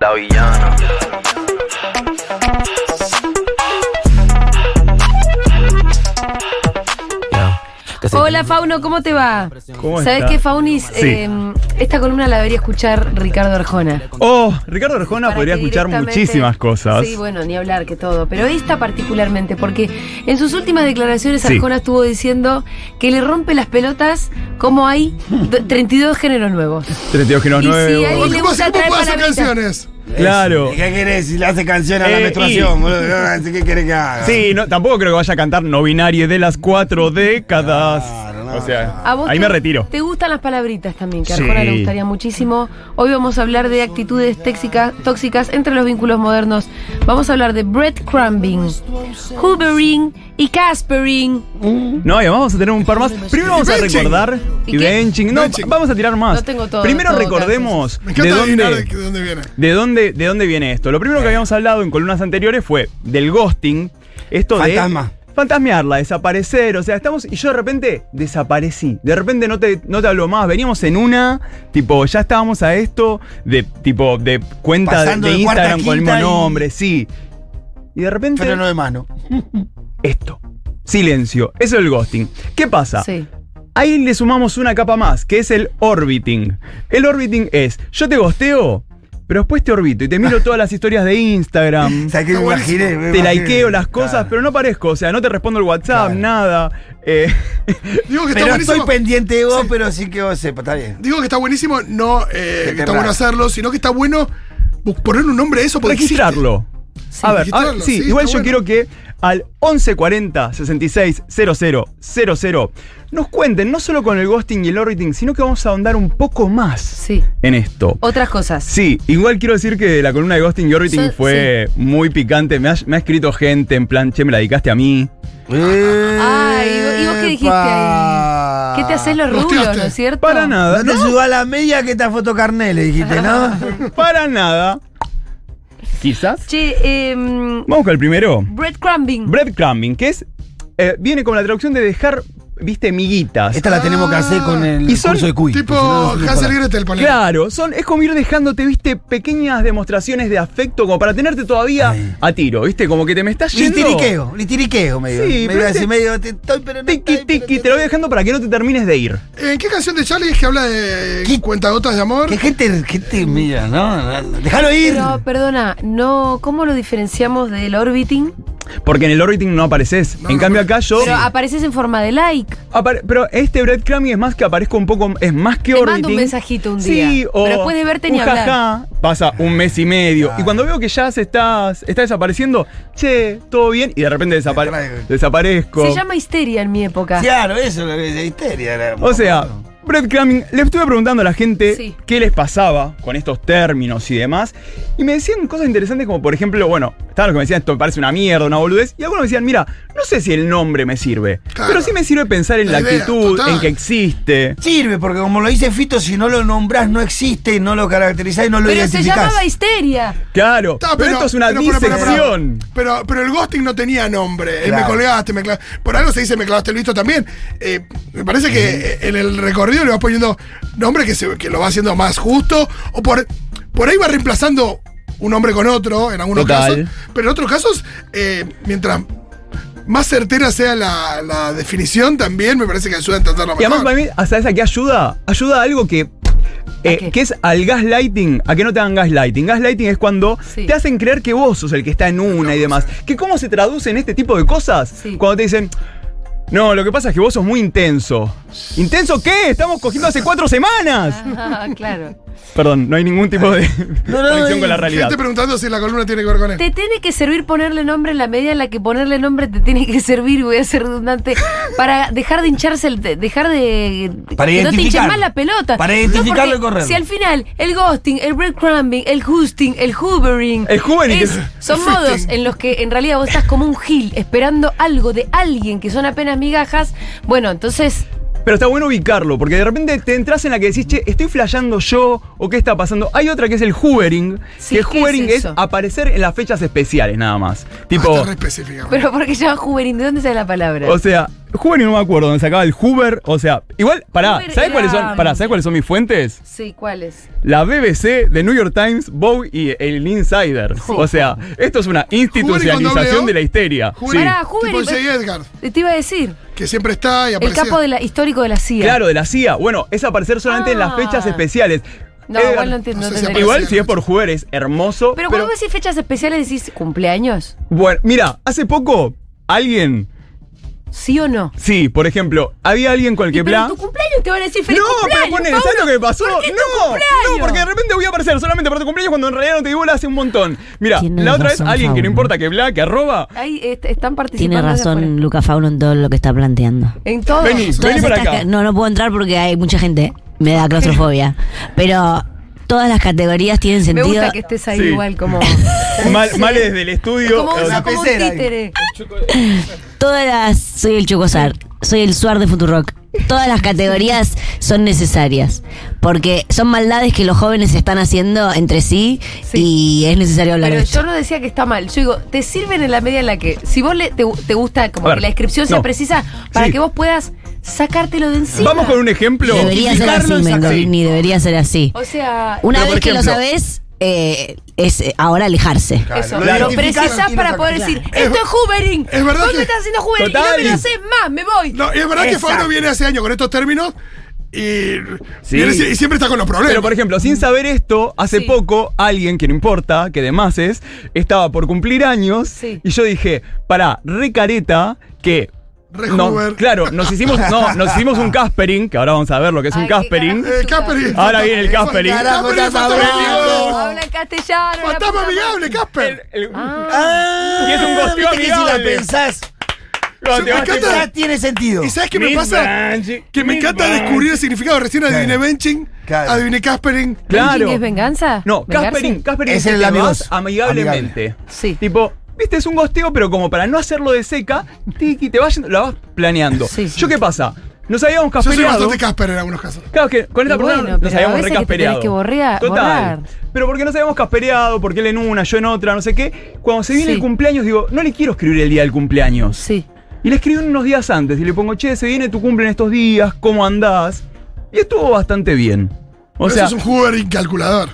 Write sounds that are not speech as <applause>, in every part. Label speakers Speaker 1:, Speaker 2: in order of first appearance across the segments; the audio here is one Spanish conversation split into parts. Speaker 1: La villana.
Speaker 2: Hola Fauno, ¿cómo te va?
Speaker 3: ¿Cómo
Speaker 2: ¿Sabes
Speaker 3: está?
Speaker 2: qué, Faunis? Eh, esta columna la debería escuchar Ricardo Arjona.
Speaker 3: Oh, Ricardo Arjona
Speaker 2: Para
Speaker 3: podría
Speaker 2: que
Speaker 3: escuchar
Speaker 2: directamente-
Speaker 3: muchísimas cosas.
Speaker 2: Sí, bueno, ni hablar que todo. Pero esta particularmente, porque en sus últimas declaraciones
Speaker 3: Sí.
Speaker 2: Arjona estuvo diciendo que le rompe las pelotas como hay d- 32 géneros nuevos.
Speaker 3: 32 kilos
Speaker 2: Y si
Speaker 3: 9.
Speaker 2: alguien- le
Speaker 4: ¿Cómo,
Speaker 2: gusta
Speaker 4: cómo
Speaker 2: traer
Speaker 4: puede hacer
Speaker 2: palabritas?
Speaker 4: canciones?
Speaker 3: Claro.
Speaker 5: ¿Y ¿Qué querés? Si le hace canción a la
Speaker 3: Eh,
Speaker 5: menstruación,
Speaker 3: y-
Speaker 5: boludo. ¿Qué querés que haga?
Speaker 3: Sí, no, tampoco creo que vaya a cantar no binario de las cuatro décadas.
Speaker 5: Claro, no,
Speaker 3: o sea,
Speaker 2: A vos
Speaker 3: ahí
Speaker 2: te-
Speaker 3: me retiro.
Speaker 2: Te gustan las palabritas también, que a
Speaker 3: Sí.
Speaker 2: Arjona le gustaría muchísimo. Hoy vamos a hablar de actitudes tóxicas, tóxicas entre los vínculos modernos. Vamos a hablar de breadcrumbing, hoovering y caspering.
Speaker 3: No, y vamos a tener un par más. Primero vamos a
Speaker 4: Benching.
Speaker 3: recordar.
Speaker 2: ¿Y
Speaker 3: y
Speaker 2: qué?
Speaker 3: benching. No,
Speaker 4: Benching.
Speaker 3: vamos a tirar más.
Speaker 2: No tengo todo,
Speaker 3: Primero
Speaker 2: todo,
Speaker 3: recordemos
Speaker 4: Me
Speaker 3: de
Speaker 4: encanta adivinar
Speaker 3: dónde.
Speaker 4: de dónde viene.
Speaker 3: ¿De dónde, ¿De dónde viene esto? Lo primero que habíamos hablado en columnas anteriores fue del ghosting. Esto
Speaker 5: Fantasma.
Speaker 3: de. Fantasmearla, desaparecer. O sea, estamos. Y yo de repente desaparecí. De repente no te, no te hablo más. Veníamos en una. Tipo, ya estábamos a esto. De tipo, de cuenta de,
Speaker 5: Pasando
Speaker 3: de
Speaker 5: de cuarta a
Speaker 3: Instagram con el mismo
Speaker 5: quinta y-
Speaker 3: nombre. Sí. Y de repente.
Speaker 5: Freno de mano.
Speaker 3: Esto. Silencio. Eso es el ghosting. ¿Qué pasa?
Speaker 2: Sí.
Speaker 3: Ahí le sumamos una capa más, que es el orbiting. El orbiting es, yo te gosteo, pero después te orbito y te miro todas las historias de Instagram.
Speaker 5: ¿Sabes qué me
Speaker 4: buenísimo.
Speaker 5: imaginé? Me
Speaker 3: Te
Speaker 5: imaginé.
Speaker 3: likeo las cosas,
Speaker 5: Claro.
Speaker 3: pero no parezco, o sea, no te respondo el WhatsApp,
Speaker 5: Claro.
Speaker 3: nada. eh,
Speaker 4: Digo que está
Speaker 5: Pero
Speaker 4: buenísimo.
Speaker 5: estoy pendiente de vos, pero sí que vos sepas, está bien.
Speaker 4: Digo que está buenísimo, no eh,
Speaker 5: Que
Speaker 4: que
Speaker 5: te
Speaker 4: está bueno
Speaker 5: raro.
Speaker 4: hacerlo, sino que está bueno bu- poner un nombre a eso porque existe.
Speaker 3: registrarlo. a ver, a ver,
Speaker 4: registrarlo,
Speaker 3: sí,
Speaker 4: sí,
Speaker 3: igual yo
Speaker 4: está
Speaker 3: quiero
Speaker 4: bueno.
Speaker 3: que al 1140 66 00 nos cuenten, no solo con el ghosting y el orbiting, sino que vamos a ahondar un poco más
Speaker 2: Sí.
Speaker 3: en esto.
Speaker 2: Otras cosas.
Speaker 3: Sí, igual quiero decir que la columna de Ghosting y Orbiting
Speaker 2: Yo-
Speaker 3: fue muy picante. Me ha, me ha escrito gente en plan, che, me la dedicaste a mí.
Speaker 2: Ay, ¿y vos- ¿y vos qué dijiste ahí? ¿Qué te haces los rulos,
Speaker 4: Hostiaste.
Speaker 2: no es cierto?
Speaker 3: Para
Speaker 5: No
Speaker 3: nada,
Speaker 5: te subas la media que esta foto carné, le dijiste, ¿no?
Speaker 3: <laughs> para nada. Quizás.
Speaker 2: Che, eh,
Speaker 3: Vamos con el primero.
Speaker 2: breadcrumbing.
Speaker 3: Breadcrumbing, que es. eh, viene con la traducción de dejar, viste, miguitas.
Speaker 5: Esta la tenemos que hacer con el
Speaker 3: Y son
Speaker 5: curso de cuy.
Speaker 4: Tipo
Speaker 5: porque pues si no, no sirve
Speaker 4: Hansel
Speaker 5: para-
Speaker 4: y Gretel, ponele.
Speaker 3: Claro, son, es como ir dejándote, viste, pequeñas demostraciones de afecto, como para tenerte todavía
Speaker 5: Ay.
Speaker 3: a tiro, viste, como que te me estás yendo.
Speaker 5: Litiriqueo, litiriqueo medio.
Speaker 3: Sí,
Speaker 5: medio
Speaker 3: pero
Speaker 5: así,
Speaker 3: este-
Speaker 5: medio, te estoy, pero no
Speaker 3: Tiki,
Speaker 5: estoy, pero
Speaker 3: tiki,
Speaker 5: no
Speaker 3: te lo voy
Speaker 5: estoy.
Speaker 3: dejando para que no te termines de ir.
Speaker 4: ¿En Eh, qué canción de Charlie es que habla de
Speaker 5: ¿Qué?
Speaker 4: cuentagotas de amor?
Speaker 5: Qué gente, gente, mira, ¿no? Déjalo ir.
Speaker 2: Pero, perdona, no, ¿cómo lo diferenciamos del orbiting?
Speaker 3: Porque en el orbiting no apareces. en
Speaker 4: no,
Speaker 3: cambio, acá yo.
Speaker 2: Pero apareces en forma de like.
Speaker 3: Apare- pero este breadcrumbing es más que aparezco un poco, es más que
Speaker 2: Te
Speaker 3: orbiting.
Speaker 2: mando un mensajito un
Speaker 3: Sí,
Speaker 2: día,
Speaker 3: o
Speaker 2: pero después de verte ni
Speaker 3: un
Speaker 2: hablar.
Speaker 3: jajá, pasa un mes y medio. Y cuando veo que ya se está, está desapareciendo, che, todo bien, y de repente desapare-
Speaker 5: Claro.
Speaker 3: desaparezco.
Speaker 2: Se llama histeria en mi época.
Speaker 5: Claro, eso es lo que es histeria. la-
Speaker 3: O sea, breadcrumbing, le estuve preguntando a la gente
Speaker 2: Sí.
Speaker 3: qué les pasaba con estos términos y demás. Y me decían cosas interesantes como, por ejemplo, bueno, estaban los que me decían, esto me parece una mierda, una boludez. Y algunos me decían, mira, no sé si el nombre me sirve,
Speaker 4: Claro.
Speaker 3: pero sí me sirve pensar en la,
Speaker 4: La idea,
Speaker 3: actitud,
Speaker 4: total.
Speaker 3: en que existe.
Speaker 5: Sirve, porque como lo dice Fito, si no lo nombrás, no existe, no lo caracterizás y no lo
Speaker 2: Pero se
Speaker 5: identificás.
Speaker 2: llamaba histeria.
Speaker 3: Claro,
Speaker 4: Está,
Speaker 3: pero, esto es una
Speaker 4: pero, pero, pero,
Speaker 3: disección.
Speaker 4: Pero, pero el ghosting no tenía nombre. Eh,
Speaker 5: Claro.
Speaker 4: Me colgaste, me clavaste. Por algo se dice me clavaste el visto también. Eh, me parece que eh, en el recorrido le vas poniendo nombre que, se- que lo va haciendo más justo. O por, por ahí va reemplazando un nombre con otro en algunos
Speaker 3: Total.
Speaker 4: casos. Pero en otros casos, eh, mientras más certera sea la, la definición, también me parece que ayuda a entenderlo
Speaker 3: Y además
Speaker 4: mejor.
Speaker 3: para mí, hasta esa que ayuda, ayuda a algo que... eh,
Speaker 2: ¿A qué?
Speaker 3: que es al gaslighting, a que no te hagan gaslighting. Gaslighting es cuando
Speaker 2: Sí.
Speaker 3: te hacen creer que vos sos el que está en una y demás. Que cómo se traduce en este tipo de cosas
Speaker 2: Sí.
Speaker 3: cuando te dicen, no, lo que pasa es que vos sos muy intenso. ¿Intenso qué? Estamos cogiendo hace cuatro semanas.
Speaker 2: <laughs> Ah, claro.
Speaker 3: Perdón, no hay ningún tipo de
Speaker 5: No, no,
Speaker 3: conexión
Speaker 5: no,
Speaker 3: con la realidad.
Speaker 4: Gente preguntando si la columna tiene que ver con él.
Speaker 2: Te tiene que servir ponerle nombre en la medida en la que ponerle nombre te tiene que servir, voy a ser redundante, para dejar de hincharse, el, de- dejar de...
Speaker 5: Para
Speaker 2: que no te hinches
Speaker 5: identificar.
Speaker 2: más la pelota.
Speaker 5: Para
Speaker 2: No,
Speaker 5: identificarlo
Speaker 2: porque
Speaker 5: y correrlo.
Speaker 2: Si al final el ghosting, el breadcrumbing, el hosting, el hoovering...
Speaker 3: El hoovering,
Speaker 2: es-
Speaker 3: que es-
Speaker 2: son modos en los que en realidad vos estás como un gil esperando algo de alguien que son apenas migajas, bueno, entonces... <laughs>
Speaker 3: Pero está bueno ubicarlo, porque de repente te entras en la que decís, che, estoy flasheando yo, o qué está pasando. Hay otra que es el hoovering,
Speaker 2: Sí,
Speaker 3: que
Speaker 2: ¿qué
Speaker 3: hoovering
Speaker 2: es
Speaker 3: es,
Speaker 2: eso?
Speaker 3: aparecer en las fechas especiales nada más.
Speaker 4: Ah,
Speaker 3: Tipo,
Speaker 4: está re específica.
Speaker 2: Pero porque lleva Hooverin, ¿de dónde sale la palabra?
Speaker 3: o sea, hoovering no me acuerdo, donde sacaba el hoover, o sea, igual, pará,
Speaker 2: Hoover
Speaker 3: ¿sabés
Speaker 2: era-
Speaker 3: cuáles son? Pará, ¿sabés cuáles son mis fuentes?
Speaker 2: sí, ¿cuál es?
Speaker 3: La BBC, The New York Times, Vogue y el Insider. O sea, esto es una institucionalización
Speaker 4: O?
Speaker 3: de la histeria.
Speaker 4: Hoovering-
Speaker 3: Sí.
Speaker 2: Pará,
Speaker 4: Tipo
Speaker 2: Hooverin.
Speaker 4: J. Edgar,
Speaker 2: Te iba a decir,
Speaker 4: que siempre está y
Speaker 2: el
Speaker 4: aparece.
Speaker 2: capo de la- histórico de la CIA.
Speaker 3: Claro, de la CIA. Bueno, es aparecer solamente en las
Speaker 2: Ah.
Speaker 3: fechas especiales.
Speaker 2: No,
Speaker 3: Edgar,
Speaker 2: igual no entiendo.
Speaker 4: no sé
Speaker 2: no
Speaker 4: si
Speaker 2: entendería.
Speaker 3: Igual Eh, si es por jugar es hermoso.
Speaker 2: Pero cuando vos decís fechas especiales, decís cumpleaños.
Speaker 3: Bueno, mira, hace poco alguien,
Speaker 2: ¿Sí o no?
Speaker 3: sí, por ejemplo, había alguien con el que
Speaker 2: Y pero
Speaker 3: bla.
Speaker 2: en tu cumpleaños te van a decir feliz
Speaker 3: no,
Speaker 2: cumpleaños.
Speaker 3: pero ponele,
Speaker 2: Pablo.
Speaker 3: ¿sabes lo que me pasó?
Speaker 2: ¿Por qué es tu
Speaker 3: no,
Speaker 2: cumpleaños?
Speaker 3: no, porque de repente voy a aparecer solamente para tu cumpleaños cuando en realidad no te di bola hace un montón. Mira,
Speaker 1: Tiene
Speaker 3: la otra vez
Speaker 1: razón,
Speaker 3: alguien que no
Speaker 1: Fauno.
Speaker 3: importa que bla, que arroba.
Speaker 2: Ahí est- están participando.
Speaker 1: Tiene
Speaker 2: de afuera.
Speaker 1: razón Luca Fauno en todo lo que está planteando.
Speaker 2: En todo.
Speaker 3: Vení,
Speaker 1: Todas
Speaker 3: vení para
Speaker 1: estas
Speaker 3: acá.
Speaker 1: ca- No, no puedo entrar porque hay mucha gente. Me
Speaker 3: <laughs>
Speaker 1: da claustrofobia. Pero todas las categorías tienen
Speaker 2: Me
Speaker 1: sentido.
Speaker 2: gusta que estés ahí
Speaker 3: Sí.
Speaker 2: igual como.
Speaker 3: <laughs> Mal, mal desde el estudio.
Speaker 2: como un,
Speaker 3: o sea,
Speaker 5: la
Speaker 2: como un
Speaker 5: pecera.
Speaker 2: títere.
Speaker 1: Todas las. Soy el Chocosar. Soy el Suar de Futurock. Todas las categorías son necesarias. Porque son maldades que los jóvenes están haciendo entre sí,
Speaker 2: Sí.
Speaker 1: y es necesario hablar
Speaker 2: Pero
Speaker 1: de esto.
Speaker 2: yo no decía que está mal. Yo digo, te sirven en la medida en la que. Si vos le, te, te gusta como
Speaker 3: A ver,
Speaker 2: que la descripción sea
Speaker 3: no.
Speaker 2: precisa para
Speaker 3: Sí.
Speaker 2: que vos puedas sacártelo de encima.
Speaker 3: Vamos con un ejemplo.
Speaker 1: Debería ser
Speaker 3: Carlos
Speaker 1: así,
Speaker 3: Sacchi.
Speaker 1: Mengolini, debería ser así.
Speaker 2: O sea,
Speaker 1: Una
Speaker 3: Pero,
Speaker 1: vez
Speaker 3: por
Speaker 1: que lo
Speaker 3: ejemplo-
Speaker 1: sabes, eh, es eh, ahora alejarse.
Speaker 2: eso.
Speaker 3: lo
Speaker 2: Lo
Speaker 3: identificás
Speaker 2: precisás
Speaker 5: y lo
Speaker 2: para
Speaker 5: sacás.
Speaker 2: poder
Speaker 5: Claro.
Speaker 2: decir, esto es Hoovering.
Speaker 4: es verdad
Speaker 2: Vos
Speaker 4: que-
Speaker 2: me estás haciendo Hoovering. y No
Speaker 3: Total.
Speaker 2: me lo haces más, me voy.
Speaker 4: No, y es verdad que Fauno viene hace años con estos términos y,
Speaker 3: Sí.
Speaker 4: viene sie- y siempre está con los problemas.
Speaker 3: Pero por ejemplo, sin saber esto, hace
Speaker 2: Sí.
Speaker 3: poco alguien, que no importa, que demás es, estaba por cumplir años
Speaker 2: Sí.
Speaker 3: y yo dije, pará, recareta que...
Speaker 4: Re
Speaker 3: no,
Speaker 4: Hoover.
Speaker 3: claro, nos hicimos, no, nos hicimos un caspering, que ahora vamos a ver lo que es un
Speaker 2: Ay, qué
Speaker 3: caspering.
Speaker 2: carajo.
Speaker 4: Eh, Casper y-
Speaker 3: Ahora viene el Casperín.
Speaker 4: Casperín y
Speaker 5: Carajo, estás
Speaker 4: Fantasma
Speaker 5: hablando.
Speaker 4: Amigable.
Speaker 2: Habla en castellano. la
Speaker 4: Fantasma
Speaker 2: puta madre.
Speaker 4: amigable,
Speaker 3: El-
Speaker 4: Casper.
Speaker 2: Eh,
Speaker 3: el-
Speaker 5: Ah,
Speaker 3: Y es un
Speaker 5: viste
Speaker 3: gosteo
Speaker 5: que si la
Speaker 3: amigable.
Speaker 5: pensás,
Speaker 3: Cuando te
Speaker 4: me
Speaker 3: vas
Speaker 4: encanta-
Speaker 3: tipo-
Speaker 5: ya tiene sentido.
Speaker 4: ¿Y sabes qué me
Speaker 3: Miss
Speaker 4: pasa?
Speaker 3: Banshee,
Speaker 4: Que me
Speaker 3: Miss
Speaker 4: encanta
Speaker 3: Banshee.
Speaker 4: descubrir el significado. Recién adiviné
Speaker 5: Claro.
Speaker 4: Benching,
Speaker 5: Claro.
Speaker 4: adiviné Caspering.
Speaker 3: Claro.
Speaker 2: ¿Benching es venganza?
Speaker 3: No,
Speaker 2: ¿Vengarse?
Speaker 3: Casperin, Casperin
Speaker 5: Es
Speaker 3: que
Speaker 5: el
Speaker 3: te
Speaker 5: amigo.
Speaker 3: vas amigablemente.
Speaker 5: Amigable.
Speaker 2: Sí.
Speaker 3: Tipo, viste, es un gosteo, pero como para no hacerlo de seca, tiki, te vas yendo, la vas planeando.
Speaker 2: Sí, sí.
Speaker 3: ¿Yo qué pasa? Nos habíamos
Speaker 4: Yo soy
Speaker 3: caspereado.
Speaker 4: bastante Casper en algunos casos.
Speaker 3: Claro que con esta
Speaker 2: Y
Speaker 3: persona
Speaker 2: bueno,
Speaker 3: nos
Speaker 2: pero a
Speaker 3: habíamos
Speaker 2: veces que te
Speaker 3: recaspereado.
Speaker 2: tenés que borrea-
Speaker 3: Total.
Speaker 2: borrar.
Speaker 3: Pero porque nos habíamos caspereado, porque él en una, yo en otra, no sé qué. Cuando se viene
Speaker 2: Sí.
Speaker 3: el cumpleaños, digo, no le quiero escribir el día del cumpleaños.
Speaker 2: Sí.
Speaker 3: Y le escribí unos días antes y le pongo, che, se viene tu cumple en estos días, ¿cómo andás? Y estuvo bastante bien. O
Speaker 4: Eso
Speaker 3: sea,
Speaker 4: es un jugador incalculador.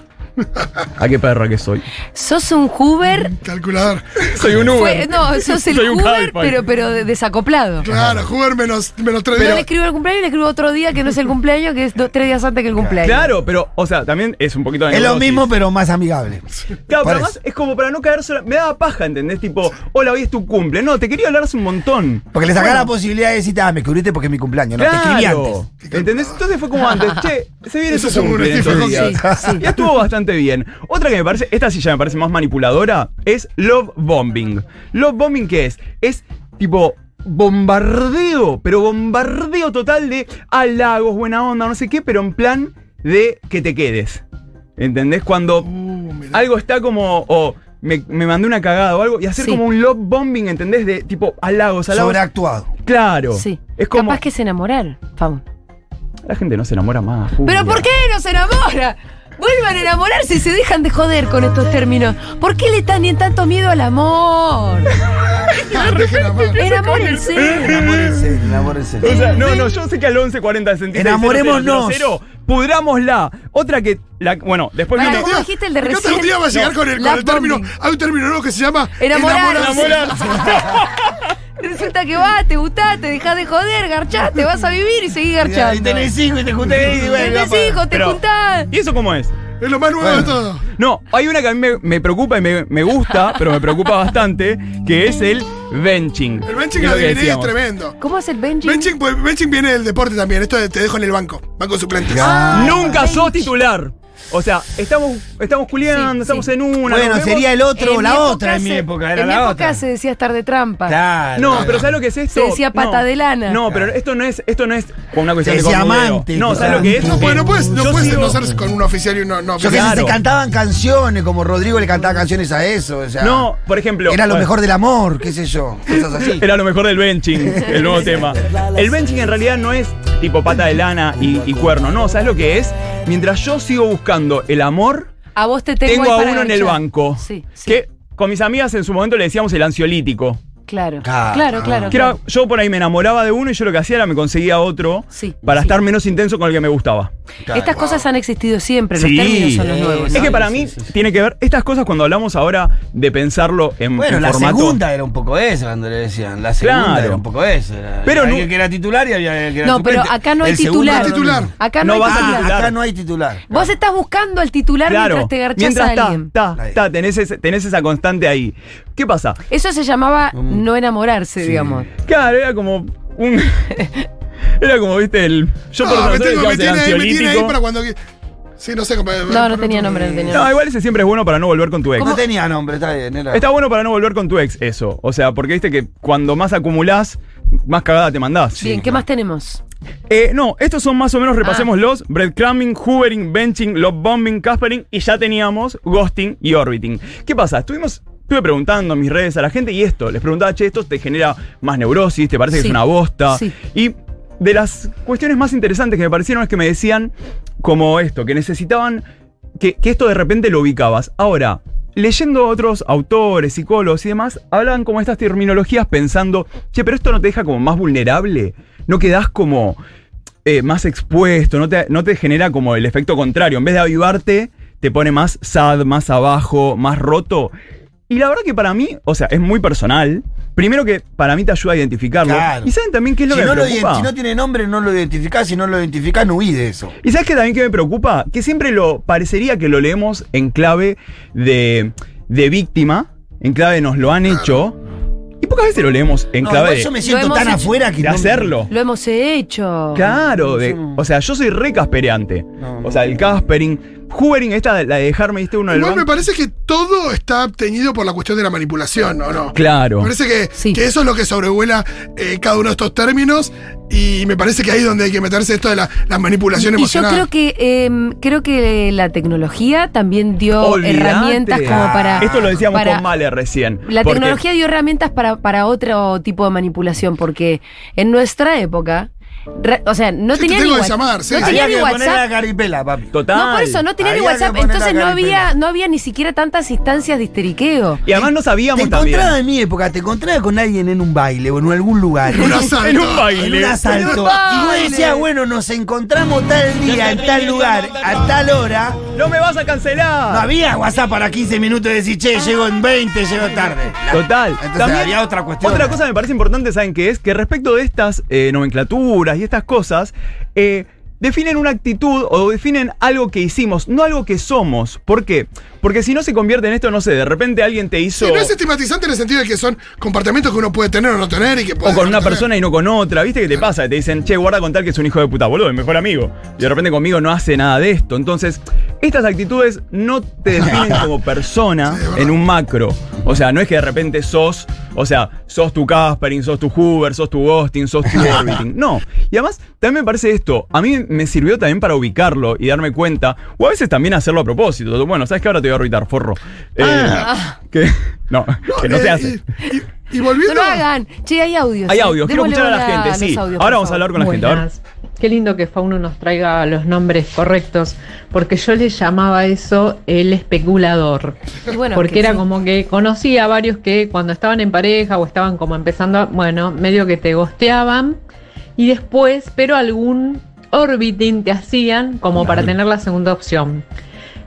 Speaker 3: ¿a qué perra que soy?
Speaker 2: Sos un Hoover.
Speaker 3: <laughs>
Speaker 4: Calculador.
Speaker 3: Soy un
Speaker 2: Fue-
Speaker 3: Uber.
Speaker 2: no, sos el
Speaker 3: Soy un
Speaker 2: Hoover,
Speaker 3: hi-fi.
Speaker 2: pero, pero de- desacoplado.
Speaker 4: Claro, jugar menos, menos tres
Speaker 2: Pero le
Speaker 4: días.
Speaker 2: escribo el cumpleaños y le escribo otro día que no es el cumpleaños, que es do- tres días antes que el cumpleaños.
Speaker 3: Claro, pero, o sea, también es un poquito de
Speaker 5: Es lo
Speaker 3: neurosis.
Speaker 5: mismo, pero más amigable.
Speaker 3: Claro, pero
Speaker 5: Parece.
Speaker 3: además es como para no caer sola. Me daba paja, ¿entendés? Tipo, hola, hoy es tu cumple. No, te quería hablar hace un montón.
Speaker 5: Porque le sacás
Speaker 3: Bueno.
Speaker 5: la posibilidad de decirte, ah, me escribiste porque es mi cumpleaños, no te escribí
Speaker 3: Claro.
Speaker 5: antes.
Speaker 3: ¿Entendés? Entonces fue como antes, che, se viene
Speaker 4: Eso
Speaker 3: su
Speaker 4: es un
Speaker 3: cumple en estos
Speaker 4: rectifico,
Speaker 3: días.
Speaker 2: sí, sí.
Speaker 3: <laughs> Y estuvo bastante bien. Otra que me parece, esta sí ya me parece más manipuladora, es Love Bombing. Love Bombing, ¿qué es? Es tipo bombardeo, pero bombardeo total de halagos, buena onda, no sé qué, pero en plan de que te quedes. ¿Entendés? Cuando
Speaker 4: Uh, mirá.
Speaker 3: algo está como. o me, me mandé una cagada o algo. Y hacer
Speaker 2: Sí.
Speaker 3: como un love bombing, ¿entendés? De tipo halagos, halagos.
Speaker 5: Sobreactuado.
Speaker 3: Claro.
Speaker 2: Sí.
Speaker 3: Es como.
Speaker 2: Capaz que se enamorar. Vamos.
Speaker 3: La gente no se enamora más. Julia.
Speaker 2: ¿Pero por qué no se enamora? Vuelvan a enamorarse y se dejan de joder con estos términos. ¿Por qué le tienen tanto miedo al amor?
Speaker 3: <laughs>
Speaker 4: Dejen la mano.
Speaker 2: Enamórense.
Speaker 5: Enamórense, enamórense.
Speaker 3: O sea, no, no, yo sé que al 11 40
Speaker 5: Enamorémonos.
Speaker 3: Pudrámosla. Otra que. La, bueno, después
Speaker 2: Pará,
Speaker 3: viene.
Speaker 2: ¿cómo dijiste el de
Speaker 4: Me encanta,
Speaker 2: recién?
Speaker 4: Un día va a llegar
Speaker 2: No,
Speaker 4: con el, con
Speaker 2: love
Speaker 4: el término.
Speaker 2: bombing.
Speaker 4: Hay un término nuevo que se llama
Speaker 2: Enamorarse.
Speaker 4: enamorarse.
Speaker 2: Resulta que vas, te gustás, te dejás de joder, garchaste, vas a vivir y seguís garchando.
Speaker 5: Y tenés hijos y te junté y bueno,
Speaker 2: Tenés
Speaker 5: papá.
Speaker 2: hijos, te
Speaker 3: Pero-
Speaker 2: juntás.
Speaker 3: ¿Y eso cómo es?
Speaker 4: Es lo más nuevo de
Speaker 5: Bueno.
Speaker 4: todo.
Speaker 3: No, hay una que a mí me, me preocupa y me, me gusta, pero me preocupa bastante, que es el benching.
Speaker 4: El benching
Speaker 3: Que es
Speaker 4: lo
Speaker 3: lo que
Speaker 4: adiviné y es
Speaker 3: decíamos.
Speaker 4: tremendo.
Speaker 2: ¿Cómo es el Benji?
Speaker 4: Benching, pues, benching viene del deporte también. Esto de te dejo en el banco. Banco suplente.
Speaker 5: Ah,
Speaker 3: Nunca sos titular. O sea, estamos, estamos culiando,
Speaker 2: Sí,
Speaker 3: estamos
Speaker 2: sí.
Speaker 3: en
Speaker 5: bueno,
Speaker 3: una. nos vemos.
Speaker 5: sería el otro o
Speaker 2: En
Speaker 5: la
Speaker 2: mi
Speaker 5: otra en mi
Speaker 2: se-
Speaker 5: época, era
Speaker 2: en
Speaker 5: la
Speaker 2: mi
Speaker 5: otra.
Speaker 2: época se decía estar de trampa.
Speaker 5: Claro.
Speaker 3: Ah, No, pero ¿sabes lo que es esto?
Speaker 2: Se decía pata
Speaker 3: No.
Speaker 2: de lana.
Speaker 3: No, pero esto no es, esto no es con una cuestión
Speaker 5: Se
Speaker 3: de
Speaker 5: decía
Speaker 3: cornudeo.
Speaker 5: amante,
Speaker 3: No, ¿sabes
Speaker 5: claro.
Speaker 3: lo que es?
Speaker 4: No, pues no puedes, no
Speaker 3: Yo
Speaker 4: puedes
Speaker 3: sigo-
Speaker 4: no ser con un oficial y uno no
Speaker 5: Yo
Speaker 4: oficial.
Speaker 5: qué sé,
Speaker 3: Claro.
Speaker 5: se cantaban canciones como Rodrigo le cantaba canciones a eso. O sea,
Speaker 3: No, por ejemplo.
Speaker 5: Era lo
Speaker 3: bueno,
Speaker 5: mejor del amor, qué sé yo. Cosas así.
Speaker 3: Era lo mejor del
Speaker 2: <laughs>
Speaker 3: benching, el nuevo tema. El benching en realidad no es tipo pata de lana y, y cuerno, no, ¿sabes lo que es? Mientras yo sigo buscando el amor,
Speaker 2: A vos te tengo,
Speaker 3: tengo,
Speaker 2: ahí
Speaker 3: a
Speaker 2: para
Speaker 3: uno en el
Speaker 2: ganchar.
Speaker 3: banco.
Speaker 2: Sí, sí.
Speaker 3: Que con mis amigas en su momento le decíamos el ansiolítico.
Speaker 2: Claro,
Speaker 5: Claro.
Speaker 2: claro, claro.
Speaker 3: Que era,
Speaker 2: claro.
Speaker 3: yo por ahí me enamoraba de uno y yo lo que hacía era me conseguía otro
Speaker 2: Sí,
Speaker 3: para
Speaker 2: sí.
Speaker 3: estar menos intenso con el que me gustaba.
Speaker 2: Estas cosas han existido siempre, los
Speaker 3: Sí.
Speaker 2: términos son los nuevos.
Speaker 3: Es que para mí tiene que ver, estas cosas cuando hablamos ahora de pensarlo en,
Speaker 5: Bueno,
Speaker 3: en
Speaker 5: la
Speaker 3: formato.
Speaker 5: segunda era un poco eso, cuando le decían. La segunda
Speaker 3: Claro.
Speaker 5: era un poco eso. Era-
Speaker 3: Pero
Speaker 5: había
Speaker 3: no-
Speaker 5: el que era titular y había el que era
Speaker 2: No, pero
Speaker 5: suplente.
Speaker 2: acá no hay
Speaker 5: El segundo
Speaker 2: titular.
Speaker 5: era lo
Speaker 4: Titular.
Speaker 5: mismo.
Speaker 2: Acá no,
Speaker 3: No
Speaker 2: hay
Speaker 3: vas a
Speaker 2: titular.
Speaker 3: titular.
Speaker 5: acá no hay titular.
Speaker 2: Vos estás buscando al titular
Speaker 3: Claro,
Speaker 2: mientras te garchás
Speaker 3: mientras
Speaker 2: a
Speaker 3: está,
Speaker 2: alguien.
Speaker 3: está, está, tenés, ese- tenés esa constante ahí. ¿Qué pasa?
Speaker 2: Eso se llamaba no enamorarse, digamos.
Speaker 3: Claro, era como un. <laughs> era como, viste, el. Yo por
Speaker 4: No,
Speaker 3: lo
Speaker 4: me, tengo, me,
Speaker 3: menos
Speaker 4: tiene, ahí- me tiene ahí para cuando. qui- Sí, no sé cómo.
Speaker 2: No, no tenía nombre, no tenía
Speaker 3: No,
Speaker 2: nombre.
Speaker 3: igual ese siempre es bueno para no volver con tu ex.
Speaker 5: No tenía nombre, está bien. Era...
Speaker 3: Está bueno para no volver con tu ex, eso. O sea, porque viste que cuando más acumulás, más cagada te mandás.
Speaker 2: Bien, ¿qué más tenemos?
Speaker 3: Eh, no, estos son más o menos,
Speaker 2: Ah.
Speaker 3: repasémoslos: breadcrumbing, hoovering, benching, love bombing, caspering y ya teníamos ghosting y orbiting. ¿Qué pasa? Estuvimos. Estuve preguntando en mis redes a la gente y esto, les preguntaba, che, esto te genera más neurosis, te parece
Speaker 2: Sí.
Speaker 3: que es una bosta.
Speaker 2: Sí.
Speaker 3: Y de las cuestiones más interesantes que me parecieron es que me decían como esto, que necesitaban que, que esto de repente lo ubicabas. Ahora, leyendo otros autores, psicólogos y demás, hablaban como estas terminologías pensando, che, pero esto no te deja como más vulnerable, no quedás como eh, más expuesto, no te, no te genera como el efecto contrario, en vez de avivarte, te pone más sad, más abajo, más roto. Y la verdad que para mí, o sea, es muy personal. Primero que para mí te ayuda a identificarlo.
Speaker 5: Claro.
Speaker 3: Y saben también qué es lo
Speaker 5: si,
Speaker 3: que
Speaker 5: no
Speaker 3: me
Speaker 5: lo
Speaker 3: preocupa.
Speaker 5: ident- si no tiene nombre, no lo identificás. Si no lo identificás, no huí de eso.
Speaker 3: ¿Y sabes que también que me preocupa? Que siempre lo parecería que lo leemos en clave de, de víctima, en clave de nos lo han hecho, y pocas veces lo leemos en
Speaker 5: No, igual
Speaker 3: clave de,
Speaker 5: yo me
Speaker 2: Lo
Speaker 5: siento
Speaker 2: hemos
Speaker 5: tan
Speaker 2: hecho-
Speaker 5: afuera que
Speaker 3: de
Speaker 5: no-
Speaker 3: hacerlo.
Speaker 2: Lo hemos hecho.
Speaker 3: Claro, de- o sea, yo soy re caspereante. o sea, el caspering, hoovering, esta la de dejarme, diste uno del
Speaker 4: Igual me
Speaker 3: banco.
Speaker 4: parece que todo está teñido por la cuestión de la manipulación, ¿o no?
Speaker 3: Claro.
Speaker 4: Me parece que,
Speaker 2: Sí.
Speaker 4: que eso es lo que sobrevuela eh, cada uno de estos términos y me parece que ahí es donde hay que meterse esto de la, la manipulación
Speaker 2: Y yo
Speaker 4: emocional.
Speaker 2: creo que em, creo que la tecnología también dio
Speaker 3: Olvídate.
Speaker 2: herramientas como para.
Speaker 3: Esto lo decíamos
Speaker 2: para-
Speaker 3: con Male recién.
Speaker 2: La
Speaker 3: porque-
Speaker 2: tecnología dio herramientas para, para otro tipo de manipulación, porque en nuestra época, re- o sea, no
Speaker 4: Sí, te
Speaker 2: tenía
Speaker 4: tengo
Speaker 2: ni
Speaker 4: que
Speaker 2: WhatsApp.
Speaker 4: llamar, sí.
Speaker 2: no
Speaker 4: Había
Speaker 2: tenía
Speaker 5: Había
Speaker 2: ni
Speaker 5: que poner la
Speaker 2: WhatsApp.
Speaker 5: caripela, papi.
Speaker 3: Total.
Speaker 2: No, por eso no tenía ni
Speaker 5: Había que
Speaker 2: WhatsApp.
Speaker 5: poner la
Speaker 2: Entonces no había,
Speaker 5: caripela.
Speaker 2: no había ni siquiera tantas instancias de histeriqueo.
Speaker 3: Y además no
Speaker 5: Te
Speaker 3: sabíamos también.
Speaker 5: encontraba en mi época, te encontraba con alguien en un baile o en algún lugar.
Speaker 4: En <laughs> un asalto.
Speaker 3: En un baile.
Speaker 5: En un
Speaker 2: En un
Speaker 5: asalto.
Speaker 2: baile.
Speaker 5: Y vos decías, bueno, nos encontramos tal día, en tal lugar, a tal hora.
Speaker 3: No me vas a cancelar.
Speaker 5: No había WhatsApp para 15 minutos de decir,
Speaker 2: Ah,
Speaker 5: che, llego en 20, llego tarde.
Speaker 3: Total.
Speaker 5: Entonces había otra cuestión.
Speaker 3: Otra cosa que me parece importante, ¿saben qué es? Que respecto de estas eh, nomenclaturas y estas cosas, eh, definen una actitud o definen algo que hicimos, no algo que somos. ¿Por qué? Porque si no se convierte en esto, no sé, de repente alguien te hizo...
Speaker 4: Sí, no es estigmatizante en el sentido de que son comportamientos que uno puede tener o no tener y que puede
Speaker 3: o con
Speaker 4: no <laughs>
Speaker 3: una
Speaker 4: tener.
Speaker 3: persona y no con otra, ¿viste que te pasa? Que Te dicen, che, guarda con tal que es un hijo de puta, boludo, el mejor amigo. Y de repente conmigo no hace nada de esto. Entonces, estas actitudes no te
Speaker 4: <laughs>
Speaker 3: definen como persona en un macro. O sea, no es que de repente sos, o sea, sos tu Caspering, sos tu Hoover, sos tu Ghosting, sos
Speaker 4: <laughs>
Speaker 3: tu Orbiting. No. Y además, también me parece esto, a mí me sirvió también para ubicarlo y darme cuenta, o a veces también hacerlo a propósito. Bueno, ¿sabes que Ahora te voy a orbitar, forro. Eh, que, <laughs> no, que no
Speaker 4: Ah. Eh,
Speaker 3: se hace.
Speaker 4: Y, y- y
Speaker 2: No
Speaker 4: volviendo.
Speaker 2: lo hagan. Che, hay audios.
Speaker 3: Hay
Speaker 2: ¿eh?
Speaker 3: audios, quiero
Speaker 2: Démosle
Speaker 3: escuchar a
Speaker 2: bola
Speaker 3: la gente,
Speaker 2: los
Speaker 3: sí.
Speaker 2: audios, por
Speaker 3: Ahora vamos a
Speaker 2: favor.
Speaker 3: hablar con la gente, a ver.
Speaker 6: Buenas. Qué lindo que Fauno nos traiga los nombres correctos, porque yo le llamaba eso el especulador,
Speaker 2: Y bueno,
Speaker 6: porque
Speaker 2: que
Speaker 6: era
Speaker 2: sí.
Speaker 6: como que conocía a varios que cuando estaban en pareja o estaban como empezando, a- bueno, medio que te gosteaban y después, pero algún orbiting te hacían como para tener la segunda opción.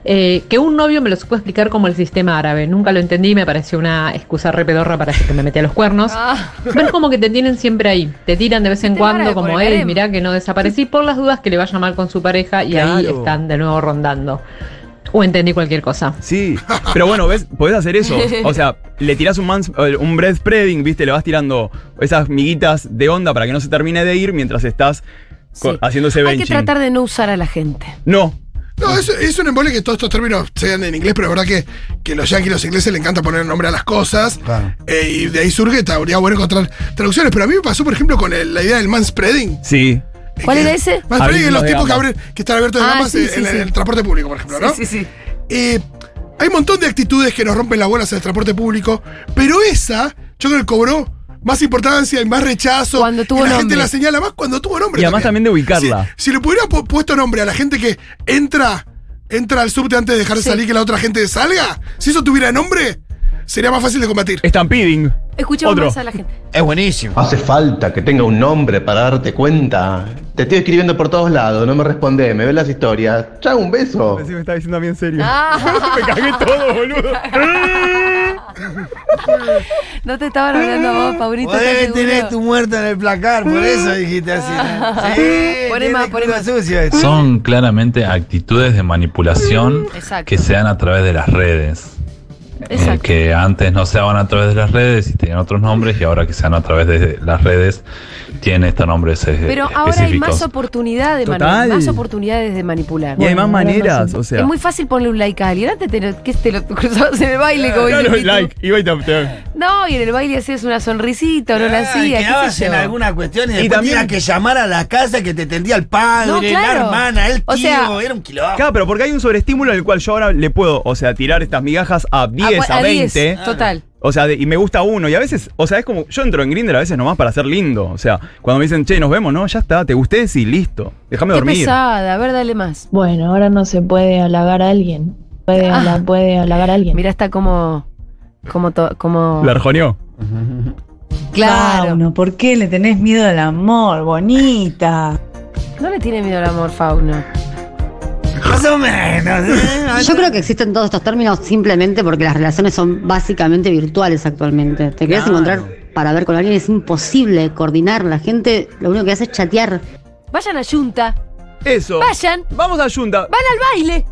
Speaker 6: Eh, que un novio me lo supo explicar como el sistema árabe. Nunca lo entendí, me pareció una excusa repedorra para que me metía los cuernos.
Speaker 2: Ah,
Speaker 6: Pero es como que te tienen siempre ahí, te tiran de vez en
Speaker 2: Sistema árabe
Speaker 6: cuando como,
Speaker 2: por el
Speaker 6: hey,
Speaker 2: harem".
Speaker 6: mirá que no desaparecí por las dudas que le vaya mal con su pareja y ahí
Speaker 3: Claro.
Speaker 6: están de nuevo rondando. O entendí cualquier cosa.
Speaker 3: Sí, <laughs> pero bueno, ¿ves? Podés hacer eso. O sea, le tirás un, mans- eh, un breath spreading, ¿viste? Le vas tirando esas miguitas de onda para que no se termine de ir mientras estás co-
Speaker 2: sí.
Speaker 3: haciendo ese
Speaker 2: Hay que
Speaker 3: benching.
Speaker 2: tratar de no usar a la gente.
Speaker 3: No.
Speaker 4: No, es, es un embole que todos estos términos sean en inglés, pero es verdad que, que los yanquis y los ingleses le encanta poner nombre a las cosas.
Speaker 5: Claro.
Speaker 4: Eh, y de ahí surge, estaría bueno encontrar traducciones. Pero a mí me pasó, por ejemplo, con el- la idea del manspreading.
Speaker 3: Sí.
Speaker 2: ¿Cuál
Speaker 4: Que-
Speaker 2: era ese?
Speaker 4: Manspreading es
Speaker 3: Abismo
Speaker 4: los
Speaker 3: de
Speaker 4: tipos que,
Speaker 3: gama.
Speaker 4: abren, que están abiertos de
Speaker 2: Ah,
Speaker 4: gamas
Speaker 2: sí,
Speaker 4: en,
Speaker 2: sí,
Speaker 4: en el-
Speaker 2: sí.
Speaker 4: en el transporte público, por ejemplo, ¿no?
Speaker 2: Sí, sí, sí.
Speaker 4: Eh, hay un montón de actitudes que nos rompen las bolas en el transporte público, pero esa, yo creo que cobró más importancia y más rechazo.
Speaker 2: Cuando tuvo
Speaker 4: y la gente
Speaker 2: nombre.
Speaker 4: la señala más cuando tuvo nombre.
Speaker 3: Y además también de ubicarla.
Speaker 4: Si, si le pudiera pu- puesto nombre a la gente que entra, entra al subte antes de dejar salir que la otra gente salga, si eso tuviera nombre, sería más fácil de
Speaker 3: Eh.
Speaker 4: combatir.
Speaker 2: <laughs>
Speaker 3: Stampeding.
Speaker 2: Escuchemos
Speaker 3: Otro.
Speaker 2: más a la gente.
Speaker 5: Es buenísimo.
Speaker 7: Hace falta que tenga un nombre para darte cuenta. Te estoy escribiendo por todos lados, no me responde, me ves las historias. Chao, un beso.
Speaker 3: Así me está diciendo a mí en serio.
Speaker 2: Ah.
Speaker 3: <laughs> me cagué todo, boludo.
Speaker 2: No te estaban hablando a vos, Paulito.
Speaker 5: Vos debes
Speaker 2: ¿estás
Speaker 5: tener tu
Speaker 2: seguro?
Speaker 5: muerta en el placar, por eso dijiste así. ¿no?
Speaker 2: <laughs>
Speaker 5: Sí,
Speaker 2: Poné
Speaker 5: tiene
Speaker 2: Ah. más,
Speaker 5: el
Speaker 2: poné
Speaker 5: culo
Speaker 2: más.
Speaker 5: sucio esto.
Speaker 8: Son claramente actitudes de manipulación
Speaker 2: Exacto.
Speaker 8: que se dan a través de las redes. Eh,
Speaker 2: Exacto.
Speaker 8: que antes no se daban a través de las redes y tenían otros nombres y ahora que se dan a través de las redes tienen estos nombres eh,
Speaker 2: Pero
Speaker 8: específicos.
Speaker 2: ahora hay más oportunidades, de
Speaker 3: Total.
Speaker 2: manipular, más oportunidades de manipular.
Speaker 3: Y hay más maneras, o sea.
Speaker 2: es muy fácil ponerle un like a alguien. Antes te lo, que te lo cruzabas en el baile, como
Speaker 3: <laughs> Claro,
Speaker 2: dice Pitu.
Speaker 3: like. Iba y taptea.
Speaker 2: No, y en el baile hacías una sonrisita o no la
Speaker 5: Ah, y
Speaker 2: hacías. qué
Speaker 5: quedabas
Speaker 2: sé
Speaker 5: en
Speaker 2: yo.
Speaker 5: alguna cuestión y, después
Speaker 3: también-
Speaker 5: tenías que llamar a la casa que te tendía el padre,
Speaker 2: No, claro.
Speaker 5: la hermana, el tío,
Speaker 2: O sea,
Speaker 5: era un quilombo.
Speaker 3: Claro, pero porque hay un sobreestímulo en el cual yo ahora le puedo, o sea, tirar estas migajas a 10,
Speaker 2: cua-
Speaker 3: a,
Speaker 2: a 10,
Speaker 3: 20.
Speaker 2: total.
Speaker 3: O sea, de- y me gusta uno. Y a veces, o sea, es como, yo entro en Grindr a veces nomás para ser lindo. O sea, cuando me dicen, che, nos vemos, no, ya está, te gusté, sí, listo. Déjame
Speaker 2: Qué
Speaker 3: dormir.
Speaker 2: pesada. A ver, dale más.
Speaker 9: Bueno, ahora no se puede halagar a alguien. Puede,
Speaker 2: Ah.
Speaker 9: ala- puede halagar a alguien.
Speaker 2: Mira, está como. Como. to- como
Speaker 3: La arjoneó.
Speaker 2: claro.
Speaker 10: Fauno, ¿por qué le tenés miedo al amor, bonita?
Speaker 2: No le tiene miedo al amor, Fauno.
Speaker 5: Más o menos. ¿eh?
Speaker 11: Yo creo que existen todos estos términos simplemente porque las relaciones son básicamente virtuales actualmente. Te querés encontrar para ver con alguien, es imposible coordinar. La gente lo único que hace es chatear.
Speaker 2: Vayan a Junta.
Speaker 3: Eso.
Speaker 2: Vayan.
Speaker 3: Vamos a Junta.
Speaker 2: Van al baile.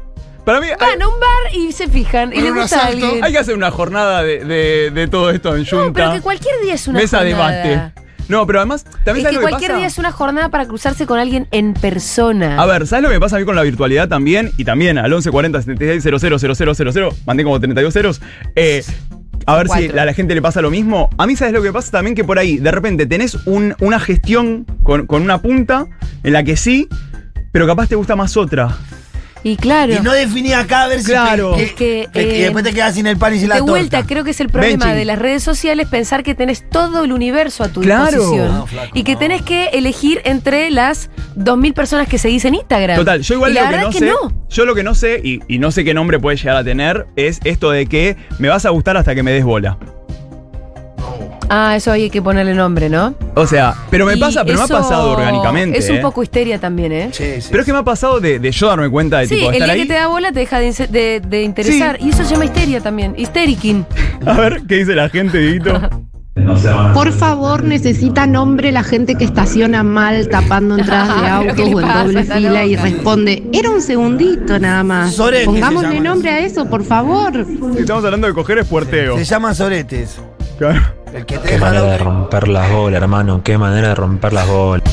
Speaker 3: Para mí, hay,
Speaker 2: Van a un bar y se fijan. Y
Speaker 4: Van a
Speaker 2: le
Speaker 4: un
Speaker 2: gusta a
Speaker 4: asalto.
Speaker 2: alguien.
Speaker 3: hay que hacer una jornada de, de- de todo esto en Junta.
Speaker 2: No, pero que cualquier día es una
Speaker 3: Mesa
Speaker 2: jornada.
Speaker 3: debate. No, pero además, también
Speaker 2: es
Speaker 3: ¿sabes
Speaker 2: que
Speaker 3: lo que
Speaker 2: cualquier
Speaker 3: pasa?
Speaker 2: día es una jornada para cruzarse con alguien en persona.
Speaker 3: A ver, ¿sabes lo que me pasa a mí con la virtualidad también? Y también al 1140 000000, mandé como 32 ceros. Eh, a ver si
Speaker 2: Cuatro.
Speaker 3: a la gente le pasa lo mismo. A mí, ¿sabes lo que pasa también? Que por ahí, de repente, tenés un- una gestión con, con una punta en la que sí, pero capaz te gusta más otra.
Speaker 2: Y claro,
Speaker 5: Y no definí acá a ver si.
Speaker 3: Claro.
Speaker 5: te-
Speaker 2: Es que,
Speaker 5: te-
Speaker 2: eh,
Speaker 5: y después te quedas sin el pan y sin la
Speaker 2: de
Speaker 5: torta.
Speaker 2: vuelta creo que es el problema
Speaker 3: Benching.
Speaker 2: de las redes sociales pensar que tenés todo el universo a tu
Speaker 3: Claro.
Speaker 2: disposición.
Speaker 5: No, flaco,
Speaker 2: y que
Speaker 5: no.
Speaker 2: tenés que elegir entre las 2.000 personas que seguís en Instagram.
Speaker 3: Total, yo igual
Speaker 2: Y la
Speaker 3: lo que
Speaker 2: verdad
Speaker 3: no
Speaker 2: es que
Speaker 3: sé.
Speaker 2: no.
Speaker 3: Yo lo que no sé, y, y no sé qué nombre puede llegar a tener, es esto de que me vas a gustar hasta que me des bola.
Speaker 2: Ah, eso hay que ponerle nombre, ¿no?
Speaker 3: O sea, pero me
Speaker 2: Y
Speaker 3: pasa, pero me
Speaker 2: eso
Speaker 3: ha pasado orgánicamente.
Speaker 2: Es un
Speaker 3: ¿eh?
Speaker 2: poco histeria también, ¿eh?
Speaker 5: Sí, sí.
Speaker 3: Pero es que me ha pasado de, de yo darme cuenta de
Speaker 2: Sí,
Speaker 3: tipo
Speaker 2: el
Speaker 3: estar
Speaker 2: día
Speaker 3: ahí.
Speaker 2: que te da bola te deja de, inse- de- de interesar. Y eso se llama histeria también. Histeriquín.
Speaker 3: <laughs> A ver, ¿qué dice la
Speaker 2: <laughs>
Speaker 3: gente, Dieguito?
Speaker 8: No se van a-
Speaker 10: Por favor, necesita nombre la gente que estaciona mal tapando entradas de
Speaker 2: Ah, pero ¿qué
Speaker 10: autos
Speaker 2: le
Speaker 10: o en
Speaker 2: pasa?
Speaker 10: doble
Speaker 2: Está
Speaker 10: fila y
Speaker 2: loca.
Speaker 10: responde, era un segundito nada más.
Speaker 5: Soretes se
Speaker 10: Pongámosle
Speaker 5: llaman.
Speaker 10: nombre a eso, por favor.
Speaker 3: Si estamos hablando de coger es puerteo.
Speaker 5: Se llaman soretes.
Speaker 3: Claro.
Speaker 5: El que te deja la-
Speaker 8: romper las bolas, hermano. Qué manera de romper las bolas.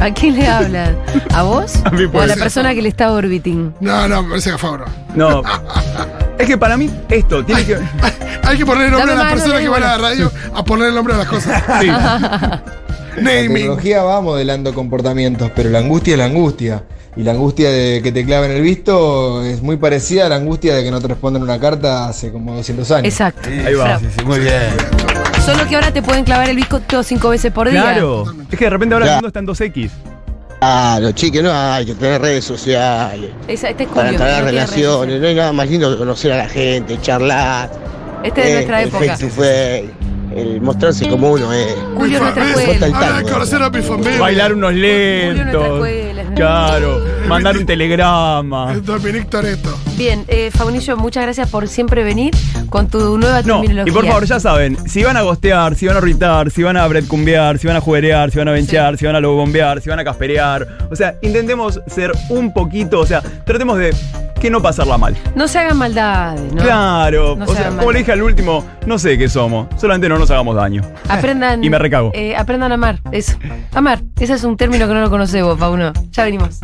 Speaker 2: ¿A quién le hablan? ¿A vos?
Speaker 3: <laughs> A mí
Speaker 2: ¿O a
Speaker 3: puede
Speaker 2: la
Speaker 3: ser.
Speaker 2: persona que le está orbiting?
Speaker 4: No, no, me parece que a favor. no.
Speaker 3: No. Es que para mí esto
Speaker 2: <laughs>
Speaker 3: tiene que.
Speaker 4: Hay que poner el nombre
Speaker 2: Dame
Speaker 4: a las
Speaker 2: más,
Speaker 4: personas
Speaker 2: dame
Speaker 4: que van a la
Speaker 2: más.
Speaker 4: radio a poner el nombre a las cosas.
Speaker 3: Sí.
Speaker 4: Naming.
Speaker 7: va modelando comportamientos, pero la angustia es la angustia. Y la angustia de que te claven el visto es muy parecida a la angustia de que no te responden una carta hace como 200 años.
Speaker 2: Exacto.
Speaker 3: Ahí va.
Speaker 5: Sí, sí, muy bien.
Speaker 2: Solo que ahora te pueden clavar el disco todo cinco veces por día.
Speaker 3: Claro. Es que de repente ahora el
Speaker 7: Ya.
Speaker 3: mundo está en 2X.
Speaker 7: Ah, los chiques, no hay que tener redes sociales.
Speaker 2: Esa- este es
Speaker 7: Para
Speaker 2: Julio,
Speaker 7: entrar
Speaker 2: no
Speaker 7: a
Speaker 2: tiene
Speaker 7: relaciones,
Speaker 2: redes
Speaker 7: no hay nada más lindo que conocer a la gente, charlar.
Speaker 2: sociales. Este es de
Speaker 7: eh,
Speaker 2: nuestra
Speaker 7: el
Speaker 2: época.
Speaker 7: face to face, el mostrarse como uno es.
Speaker 2: Julio es nuestra
Speaker 4: ¿Ves?
Speaker 2: escuela.
Speaker 4: Ahora de conocer a Pifombe.
Speaker 3: Bailar unos
Speaker 2: nuestra
Speaker 3: lentos.
Speaker 2: escuela.
Speaker 3: Claro. Mandar un
Speaker 4: <laughs>
Speaker 3: telegrama.
Speaker 4: Dominic Toretto.
Speaker 2: Bien, eh, Faunillo, muchas gracias por siempre venir con tu nueva
Speaker 3: No,
Speaker 2: terminología.
Speaker 3: y por favor, ya saben, si van a gostear, si van a orbitar, si van a bretcumbear, si van a juguerear, si van a benchear, si van a lobombear, si van a casperear. O sea, intentemos ser un poquito, o sea, tratemos de que no pasarla mal.
Speaker 2: No se hagan maldades, ¿no?
Speaker 3: Claro.
Speaker 2: No
Speaker 3: o sea,
Speaker 2: sean
Speaker 3: como
Speaker 2: malos.
Speaker 3: le dije al último, no sé qué somos. Solamente no nos hagamos daño.
Speaker 2: Aprendan.
Speaker 3: <laughs> Y me recago.
Speaker 2: eh, aprendan a amar, eso. Amar. Ese es un término que no lo conoce vos, Fauno. Ya venimos.